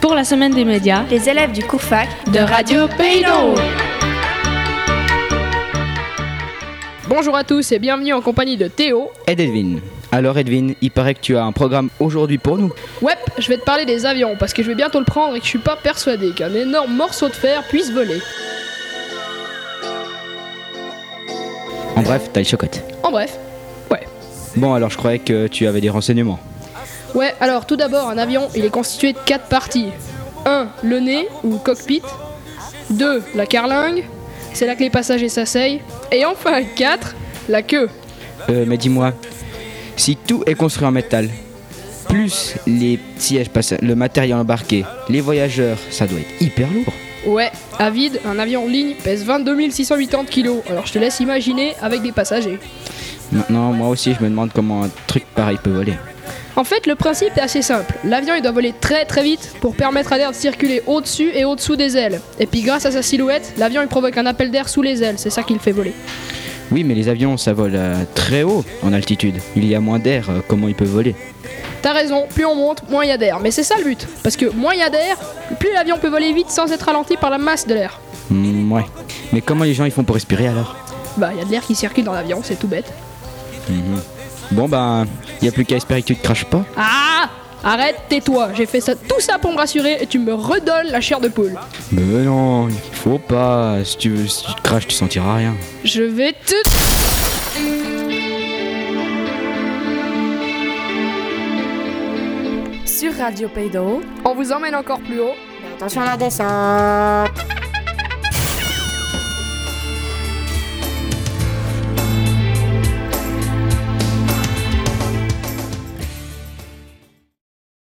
pour la semaine des médias les élèves du cours fac de Radio Pays d'Eau. Bonjour à tous et bienvenue en compagnie de Théo. Et Edwin. Alors Edwin, il paraît que tu as un programme aujourd'hui pour nous. Ouais, je vais te parler des avions parce que je vais bientôt le prendre et que je suis pas persuadé qu'un énorme morceau de fer puisse voler. En bref, t'as les chocottes. En bref. Ouais. Bon alors je croyais que tu avais des renseignements. Ouais, alors tout d'abord, un avion, il est constitué de quatre parties. 1. Le nez ou cockpit. 2. La carlingue. C'est là que les passagers s'asseyent. Et enfin 4. La queue. Euh, mais dis-moi, si tout est construit en métal, plus les sièges, passa- le matériel embarqué, les voyageurs, ça doit être hyper lourd. Ouais, à vide, un avion en ligne pèse 22 680 kilos. Alors je te laisse imaginer avec des passagers. Maintenant, moi aussi, je me demande comment un truc pareil peut voler. En fait, le principe est assez simple. L'avion, il doit voler très très vite pour permettre à l'air de circuler au-dessus et au-dessous des ailes. Et puis grâce à sa silhouette, l'avion, il provoque un appel d'air sous les ailes. C'est ça qui le fait voler. Oui, mais les avions, ça vole euh, très haut en altitude. Il y a moins d'air, euh, comment ils peuvent voler T'as raison, plus on monte, moins il y a d'air. Mais c'est ça le but. Parce que moins il y a d'air, plus l'avion peut voler vite sans être ralenti par la masse de l'air. Hmm, Ouais. Mais comment les gens ils font pour respirer alors Bah, il y a de l'air qui circule dans l'avion, c'est tout bête. Bon, ben, il y a plus qu'à espérer que tu te craches pas. Ah Arrête, tais-toi. J'ai fait ça tout ça pour me rassurer et tu me redonnes la chair de poule. Mais non, il faut pas. Si tu, veux- si tu te craches, tu sentiras rien. Je vais te... Sur Radio Paydo, On vous emmène encore plus haut. attention à la descente.